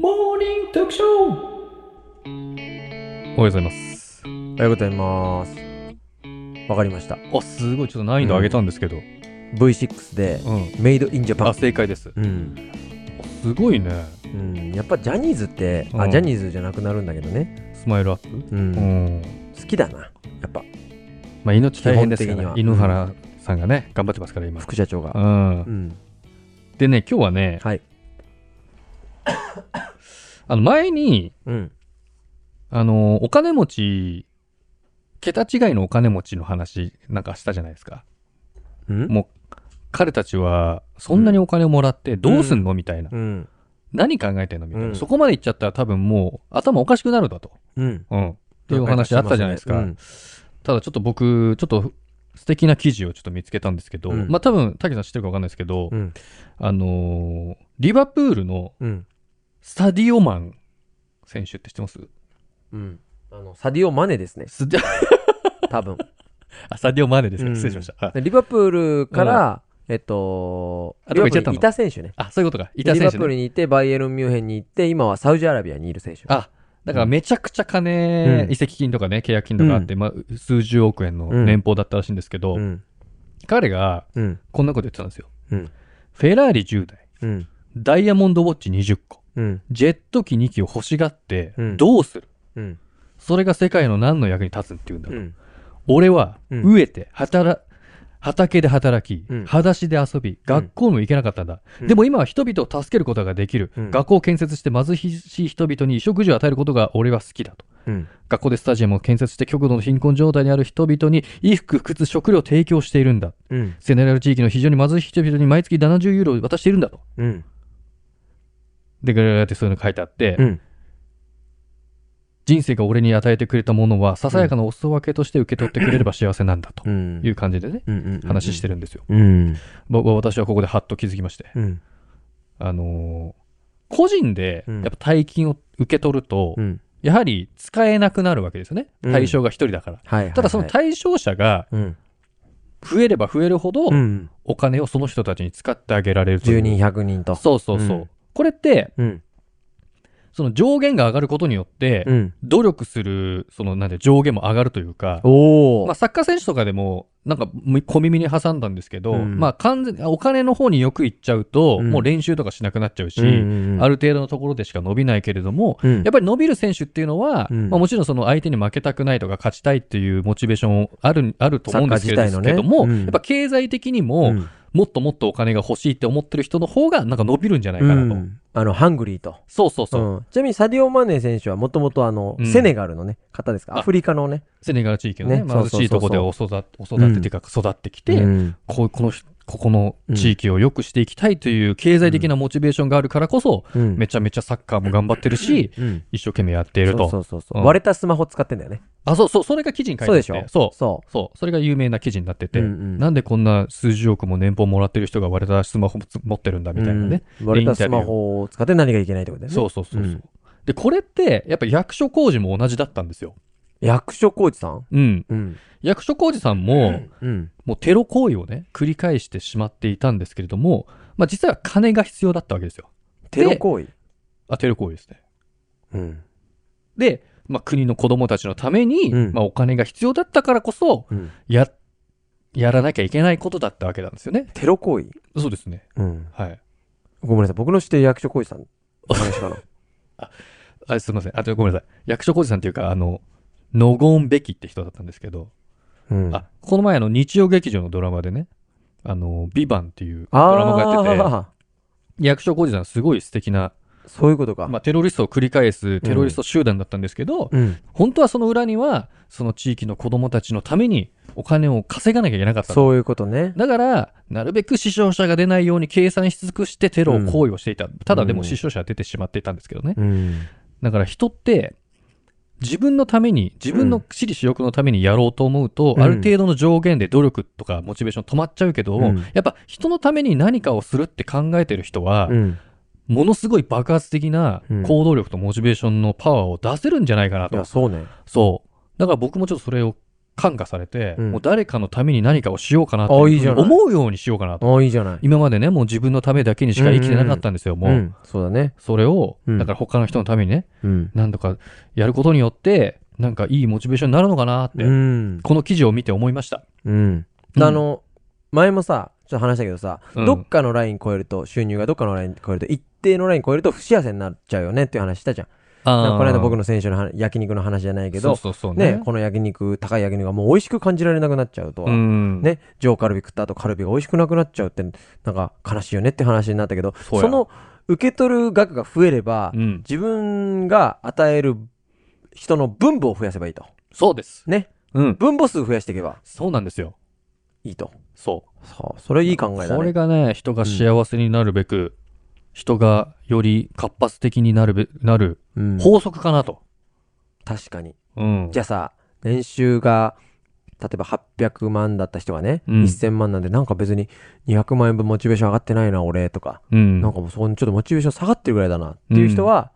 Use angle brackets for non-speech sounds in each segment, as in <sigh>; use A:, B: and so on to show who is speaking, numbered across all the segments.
A: モーニング特集おはようございます。
B: おはようございます。わかりました。
A: あ、すごい。ちょっと難易度上げたんですけど。
B: V6 で、
A: うん。
B: メイドインジャパ
A: あ、
B: ン。
A: 正解です。
B: うん。
A: すごいね。
B: うん。やっぱジャニーズって、
A: う
B: あ、
A: ん
B: ジャニーズじゃなくなるんだけどね。
A: スマイルアップ。
B: うん。
A: うん。
B: 好きだな。やっぱ、
A: まあ、命基本ですか
B: 基
A: ら、
B: 本
A: ね。
B: 的に
A: 犬
B: は
A: 原さんがね、頑張ってますから、今。
B: 副社長
A: う。
B: が。うんん。
A: でね、今日はね、
B: はい。
A: あの、前に、
B: うん。
A: あの、お金持ち、桁違いのお金持ちの話、なんかしたじゃないですか。
B: うん
A: もう、彼たちは、そんなにお金をもらって、どうすんのみたいな。
B: うん。
A: 何考えてんのみたいな、
B: うん
A: そこまで行っちゃったら多分もう、頭おかしくなるだと。
B: うん。
A: うん。っていうお話あったじゃないですか。
B: うん
A: ただちょっと僕、ちょっと素敵な記事をちょっと見つけたんですけど、
B: うん
A: まあ多分、竹さん知ってるかわかんないですけど、
B: うん。
A: あのーリバプールの
B: うん。
A: スタディオマン選手って知ってます
B: うん。あの、サディオ・マネですね。
A: スデ
B: 多分。
A: <laughs> あスタディオマネですか、
B: うん
A: 失礼しました。あ
B: でリバプールから、えっと、
A: あどこ行っちゃったの
B: リバプールにいた選手ね。
A: あ、そういうことか。いた選
B: リバ
A: 手、
B: プール
A: ね。
B: にいて、バイエルン・ミュンヘンに行って、今はサウジアラビアにいる選手。
A: あ、だからめちゃくちゃ金、
B: うん
A: 移籍金とかね、契約金とかあって、まあ、数十億円の年俸だったらしいんですけど、
B: うん。
A: 彼が
B: うん。
A: こんなこと言ってたんですよ。
B: うん。
A: フェラーリ10台。
B: うん。
A: ダイヤモンドウォッチ20個、
B: うん。
A: ジェット機2機を欲しがって
B: う、ん
A: どうする、
B: うん。
A: それが世界の何の役に立つっていうんだ
B: う
A: と。
B: ん。
A: 俺は、
B: うん
A: 飢えて、働、畑で働き、
B: うん
A: 裸足で遊び、学校にも行けなかったんだ。
B: うん
A: でも今は人々を助けることができる。
B: うん
A: 学校を建設して貧しい人々に衣食住を与えることが俺は好きだと。
B: うん。
A: 学校でスタジアムを建設して極度の貧困状態にある人々に衣服、靴、食料を提供しているんだ。
B: うん。
A: セネガル地域の非常に貧しい人々に毎月70ユーロを渡しているんだと。
B: うん。
A: で、ぐらぐらってそういうの書いてあって、
B: うん。
A: 人生が俺に与えてくれたものは、ささやかなお裾分けとして受け取ってくれれば幸せなんだと
B: うん
A: いう感じでね、
B: うん。
A: 話して
B: る。
A: るんですよ。
B: うん。
A: ぼ私はここでハッと気づきまして。
B: うん。
A: あのー個人で、
B: うん
A: やっぱ大金を受け取ると、
B: うん。
A: やはり使えなくなるわけですよね。
B: うん
A: 対象が一人だから。
B: はい。
A: ただその、対象者が
B: うん。
A: 増えれば増えるほど、
B: うん。
A: お金をその人たちに使ってあげられるという
B: 10人、100人と。
A: そうそうそう。
B: うん
A: これって、
B: うん。
A: その上限が上がることによって、
B: うん。
A: 努力する、その、なんで、上限も上がるというか、
B: お
A: まあ、
B: ー。
A: サッカー選手とかでも、なんかむ小耳に挟んだんですけど、
B: うん
A: まあ完全にお金の方によく行っちゃうと、
B: うん
A: もう練習とかしなくなっちゃうし、
B: うん
A: ある程度のところでしか伸びないけれども、
B: う
A: や
B: ん
A: っぱり伸びる選手っていうのは、
B: うん
A: まあ、もちろんその相手に負けたくないとか勝ちたいっていうモチベーションあるあると思うんですけれ
B: サッカー自体のね
A: けども、
B: うん
A: やっぱ経済的にも、
B: うん
A: もっともっとお金が欲しいって思ってる人の方がなんか伸びるんじゃないかなと。
B: うんあの、ハングリーと。
A: そうそうそう、
B: うんちなみにサディオ・マネー選手はもともとあの
A: う、ん
B: セネガルのね、方ですか
A: あ
B: アフリカのね。
A: セネガル地域のね、
B: ね
A: 貧しいとこでお育て、お育てっていうか育ってきて、
B: うん
A: こうこの人ここの地域を良くしていきたいという経済的なモチベーションがあるからこそ、
B: うん
A: めちゃめちゃサッカーも頑張ってるし、
B: うん。
A: 一生懸命やっていると。
B: そうそうそう
A: う
B: そ
A: ん
B: う。割れたスマホ使ってんだよね。
A: あ、そうそう、それが記事に書い
B: そ
A: て
B: う
A: あっ
B: で
A: て。
B: し
A: そ
B: ょ
A: う。
B: そ
A: そう。それが有名な記事になってて、
B: うんうん
A: なんでこんな数十億も年俸もらってる人が割れたスマホ持ってるんだ
B: う。
A: みたいなね。
B: うん。割れたスマ
A: でインタビューを
B: ホを使って何がいけないってことだよね。
A: そうそうそうそう、
B: うん
A: で、これって、やっぱ役所工事も同じだったんですよ。
B: 役所広司さん
A: うん。
B: うん。
A: 役所工事さんも、
B: うん。
A: もうテロ行為をね、繰り返してしまっていたんですけれども、まあ実は金が必要だったわけですよ。
B: テロ行為。
A: あ、テロ行為ですね。
B: うん。
A: で、まあ国の子供たちのために、
B: うん
A: まあお金が必要だったからこそ、
B: うん。
A: や、やらなきゃいけないことだったわけなんですよね。
B: テロ行為
A: そうですね。
B: うん。
A: はい。
B: ごめんなさい。僕の知ってる役所広司さんの
A: <laughs>
B: 話かな。
A: あ、すいません。あ、ちょごめんなさい。役所広司さんっていうか、あの、ノゴン・ベキって人だったんですけど、
B: うん。
A: あ、この前あの日曜劇場のドラマでね、あの、ビバンっていうド
B: あー、
A: ラマがやってて、役所広司さんすごい素敵な、
B: そういうことか。
A: まあテロリストを繰り返すテロリスト集団だったんですけど、
B: うん。
A: 本当はその裏には、その地域の子供たちのためにお金を稼がなきゃいけなかったんだ
B: そういうことね。
A: だから、なるべく死傷者が出ないように計算し尽くしてテロを行為をしていた。ただでも死傷者は出てしまっていたんですけどね。
B: うん。
A: だから人って、自分のために、自分の私利私欲のためにやろうと思うと、
B: うん
A: ある程度の上限で努力とかモチベーション止まっちゃうけど、
B: うん
A: やっぱ人のために何かをするって考えてる人は、
B: うん。
A: ものすごい爆発的な
B: うん
A: 行動力とモチベーションのパワーを出せるんじゃないかないと。
B: や、そうね。
A: そう。だから僕もちょっとそれを感化されて、
B: うん
A: もう誰かのために何かをしようかなと
B: あいいじゃない
A: 思うようにしようかなと。
B: ああ、いいじゃない。
A: 今までね、もう自分のためだけにしか生きてなかったんですよ、
B: う
A: もう。
B: ん、そうだね。
A: それを、
B: うん
A: だから他の人のためにね、
B: うん。
A: 何とかやることによって、なんかいいモチベーションになるのかなって、
B: うん。
A: この記事を見て思いました。
B: うん。
A: うん
B: あの、前もさ、ちょっと話したけどさ、
A: うん
B: どっかのライン超えると、収入がどっかのライン超えると、一定のライン超えると不幸せになっちゃうよねっていう話したじゃん。なんかこの間僕
A: の
B: の選手の話焼肉の話じゃないけど、
A: そうそうそうね。
B: ね、この焼肉、高い焼肉がもう美味しく感じられなくなっちゃうとは、
A: うん。
B: ね、上カルビ食った後カルビが美味しくなくなっちゃうって、なんか悲しいよねって話になったけど、
A: そう
B: そ
A: や
B: の受け取る額が増えれば、
A: うん。
B: 自分が与える人の分母を増やせばいいと。
A: そうです。
B: ね。
A: うん。
B: 分母数増やしていけば
A: そうなんですよ。
B: いいと。
A: そう。
B: そう、それいい考えだ
A: これ
B: ね。
A: がね、人が幸せになるべく、人がより活発的になるべ、なる
B: うん
A: 法則かなと。
B: 確かに。
A: うん。
B: じゃあさ、年収が、例えば800万だった人がね、
A: うん
B: 1000万なんで、なんか別に200万円分モチベーション上がってないな、俺、とか、
A: うん。
B: なんかもうそこにちょっとモチベーション下がってるぐらいだな、っていう人は、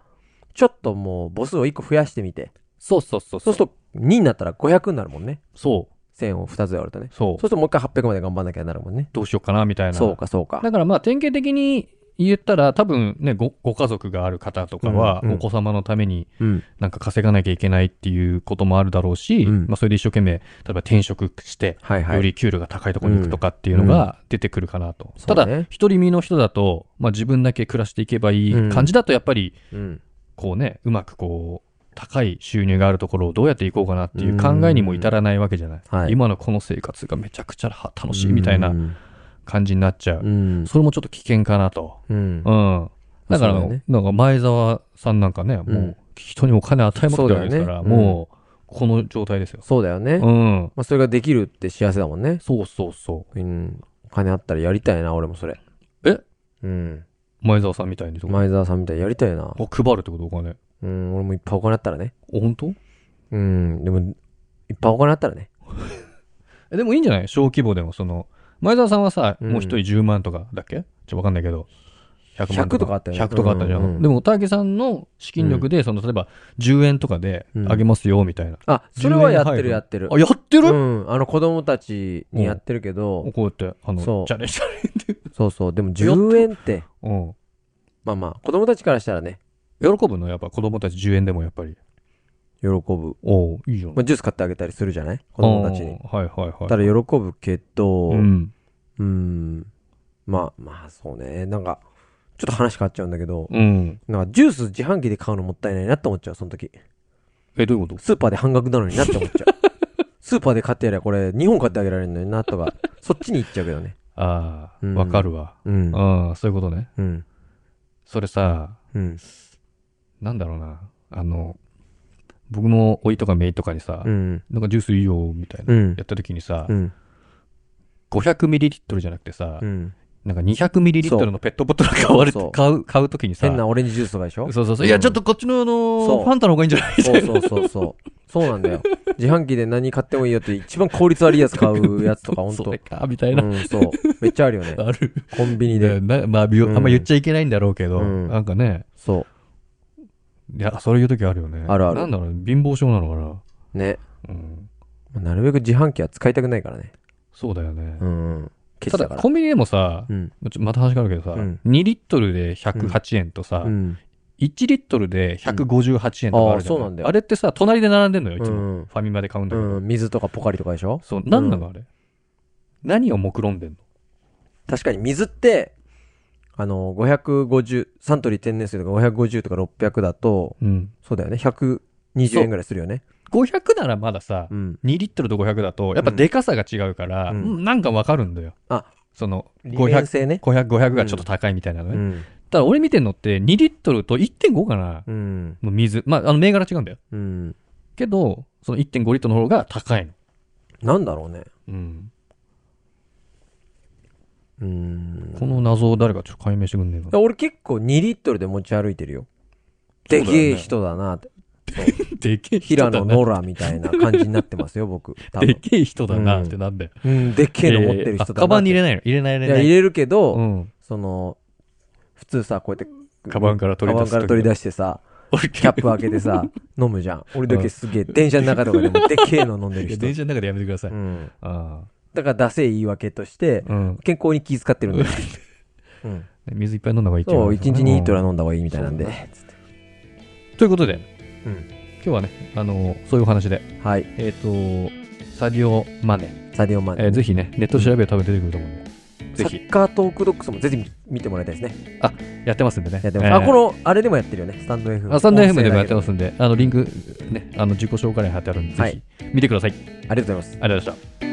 B: ちょっともう母数を1個増やしてみて、
A: そうそうそう。
B: そうすると2になったら500になるもんね。
A: そ
B: 1000を2つで割るとね。
A: う。そ
B: そう
A: う。
B: するともう一回800まで頑張んなきゃなるもんね。
A: どうしようかな、みたいな。
B: そうか、そうか。
A: だからまあ、典型的に言ったら、多分ね、ご、ご家族がある方とかは、
B: うんうん
A: お子様のために
B: うん。
A: なんか稼がなきゃいけないっていうこともあるだろうし、
B: うん
A: まあ、それで一生懸命、例えば転職して、
B: はいは
A: よ
B: い。
A: り給料が高いところに行くとかっていうのが出てくるかなと。
B: そう
A: た
B: ね
A: だ、一人身の人だと、まあ、自分だけ暮らしていけばいい感じだと、やっぱり、
B: うん。
A: こうね、うまくこう、高い収入があるところをどうやっていこうかなっていう考えにも至らないわけじゃない。
B: うんはい。
A: 今のこの生活がめちゃくちゃ楽しいみたいうなん感じになっちゃう。
B: うん。
A: それもちょっと危険かなと。
B: うん
A: うん。だから、
B: そうだよね
A: なんか前澤さんなんかね、も
B: うん
A: う人にお金与えまくってるわけですから、
B: そうだよねうん
A: もう、この状態ですよ。
B: そうだよね。
A: うん。
B: まあ、それができるって幸せだもんね。
A: そうそうそ
B: うん。お金あったらやりたいな、俺もそれ。
A: え
B: うん。
A: う。前澤さんみたいにとか。
B: 前澤さんみたいにやりたいな。
A: あ配るってことお金。
B: うん、俺もいっぱいお金あったらね。
A: お本当
B: うん、でも、いっぱいお金あったらね。
A: えでもいいんじゃない小規模でも、その、前澤さんはさ、
B: うん
A: もう一人10万とかだっけちょ、わかんないけど。100
B: 100とかあったよね
A: 100とかあったじゃん。
B: うんうん
A: でも、大竹さんの資金力で、その、例えば、10円とかであげますよ、みたいな。
B: あ、それはやって
A: 10円入
B: る
A: る
B: やってる。
A: あ、やってる、
B: うん、あの子供たちにやってるけど、
A: こうやって、あ
B: そう
A: の、チャレンジャレンって。
B: そうそう、でも10円って、
A: うん。
B: まあまあ、子供たちからしたらね、
A: 喜ぶのやっぱ子供たち10円でもやっぱり。
B: 喜ぶ。
A: おおいいじゃん。
B: まあ、ジュース買ってあげたりするじゃない子供たちに。
A: あー。はいはいはい。
B: ただ喜ぶけど、
A: う
B: うん、
A: ん。
B: まあまあ、そうね。なんか、ちょっと話変わっちゃうんだけど、
A: うん。
B: なんかジュース自販機で買うのもったいないなって思っちゃう、その時。
A: え、どういうこと
B: スーパーで半額なのになって思っ <laughs> ちゃう。スーパーで買ってやりゃこれ2本買ってあげられるのになとか、そっちに行っちゃうけどね。
A: ああ、
B: うん
A: わかるわ。
B: うん。
A: ああ、そういうことね。
B: うん。
A: それさ、
B: うん。
A: なんだろうな。あの、僕の甥いとか姪とかにさ、
B: うん。
A: なんかジュースいいよ、みたいな。
B: うん
A: やった時にさ
B: う、ん。
A: 500ミリリットルじゃなくてさ
B: う、ん。
A: なんか200ミリリットルのペットボトル買われて
B: そう
A: 買う、買う時にさ、
B: 変なオレンジジュースとかでしょ
A: そうそうそう。いうや、
B: ん
A: ちょっとこっちのあの
B: そう
A: ー、ファンタの方がいいんじゃないみた
B: <laughs> そう
A: いな。
B: そうそうそう。そうなんだよ。自販機で何買ってもいいよって一番効率悪いやつ買うやつとか、ほん
A: そ
B: と
A: れ。か、みたいな。
B: うん、そう。めっちゃあるよ <laughs> ね。
A: ある。
B: コンビニ
A: で
B: で。
A: なまあ、び
B: う
A: よ
B: ん
A: あんま言っちゃいけないんだろうけど、
B: うん
A: なんかね、
B: そ
A: いや、そういう時あるよね。
B: あるある
A: なんだろう、貧乏症なの
B: う。ね。
A: かな。うん。
B: なるべく自販機は使いたくないからね。
A: そうだよね。
B: うん。ケチ
A: た
B: だ
A: だ、
B: から。
A: コンビニでもさ、
B: うん。
A: ちょまた話変わるけどさ、
B: うん
A: 2リットルで108円とさ、
B: うん。
A: 1リットルで158円とかあるじゃ
B: うんあーそうなんだよ
A: あれってさ、隣で並んでんのよ、いつも。
B: うん
A: ファミマで買うんだ
B: う
A: けど。
B: ん。水とかポカリとかでしょ
A: そう、なんなのあれ。何を目論んでんの
B: 確かに水って、あの、550、サントリー天然水とか550とか600だと、
A: うん。
B: そうだよね、120円ぐらいするよね。
A: 500ならまださ、
B: うん。
A: 2リットルと500だと、やっぱでかさが違うから、
B: うん
A: うんなんかわかるんだよ。
B: あ
A: その、
B: 利便性ね。
A: 500、500がちょっと高いみたいなの
B: う
A: ね。
B: ん。
A: ただ俺見てんのって2リットルと1.5かな
B: うん。
A: の水。まあ、あの銘柄違うんだよ。
B: うん。
A: けど、その1.5リットルの方が高いの。
B: なんだろうね。
A: うん。
B: うん。
A: この謎を誰かちょっと解明してくんねえ
B: い
A: か
B: や俺結構2リットルで持ち歩いてるよ。
A: そう
B: で
A: だよね
B: けえ人だなって。
A: な。でけえ <laughs> 人
B: 平
A: だ
B: 野
A: な。
B: ノラみたいな感じになってますよ、僕。多
A: で
B: 分。
A: けえ人だなってなんだよ。
B: うん、でっけえの持ってる人だなっ
A: えー
B: て
A: あカバンに入れないの入れない入
B: いや、
A: れ
B: 入
A: ない。
B: れるけど、
A: うん。
B: その、普通さ、こうやって、
A: カバンから取り出す
B: カバンから取り出してさ、
A: 俺
B: キャップ開けてさ、 <laughs> 飲むじゃん。俺だけすげえ、電車の中とかでもでっけえの飲んでる
A: いや
B: 人。
A: 電車の中でやめてください。
B: うん。
A: あ
B: だから、ダセえ言い訳として
A: あ、うん。
B: 健康に気遣ってるんだよ。うん。
A: 水いっぱい飲んだ方がいいって言
B: そ
A: わ
B: う、
A: れて
B: 1
A: ます
B: 日
A: ね
B: 2リットルは飲んだ方がいいみたいなんで。
A: うんということで、
B: うん。
A: 今日はね、あのそういうお話で、
B: はい。
A: えっ、と、サディオマネ、
B: サディオマ
A: えー
B: ネ。
A: ぜひね、ネット調べると多分出てくると思うんで、ぜ
B: サ
A: ひ
B: ッカートークドックスもぜひ見てもらいたいですね。
A: やってますんでね。
B: やってます。
A: えー
B: あ、この、あれでもやってるよね。スタンド FM。
A: あサンダー FM でもやって
B: ま
A: ますんで、あのリンク、ね、あの自己紹介に貼ってあるんで、
B: は
A: ぜ
B: い
A: ひ見てください。
B: す。ありがとうございます。
A: ありがとうございました。